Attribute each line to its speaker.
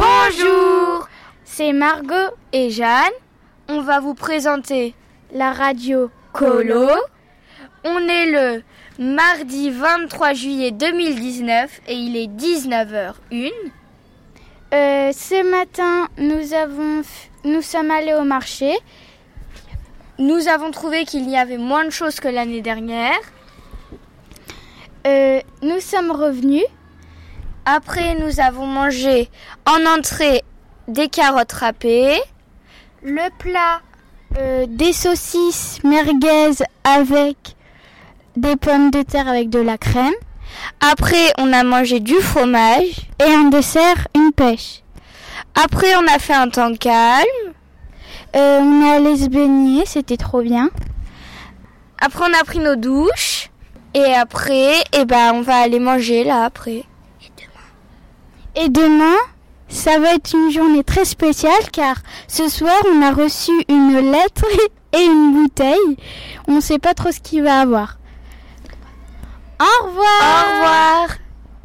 Speaker 1: Bonjour C'est Margot et Jeanne. On va vous présenter la radio Colo. On est le mardi 23 juillet 2019 et il est 19h01.
Speaker 2: Euh, ce matin, nous, avons, f- nous sommes allés au marché.
Speaker 1: Nous avons trouvé qu'il y avait moins de choses que l'année dernière.
Speaker 2: Euh, nous sommes revenus.
Speaker 1: Après, nous avons mangé en entrée des carottes râpées,
Speaker 2: Le plat euh, des saucisses merguez avec des pommes de terre avec de la crème.
Speaker 1: après on a mangé du fromage,
Speaker 2: Et un dessert, une pêche.
Speaker 1: après on a fait un temps calme,
Speaker 2: Euh, on est allé se baigner, c'était trop bien.
Speaker 1: après on a pris nos douches et après eh ben on va aller manger là après.
Speaker 2: Et demain, ça va être une journée très spéciale car ce soir, on a reçu une lettre et une bouteille. On ne sait pas trop ce qu'il va avoir. Au revoir
Speaker 1: Au revoir.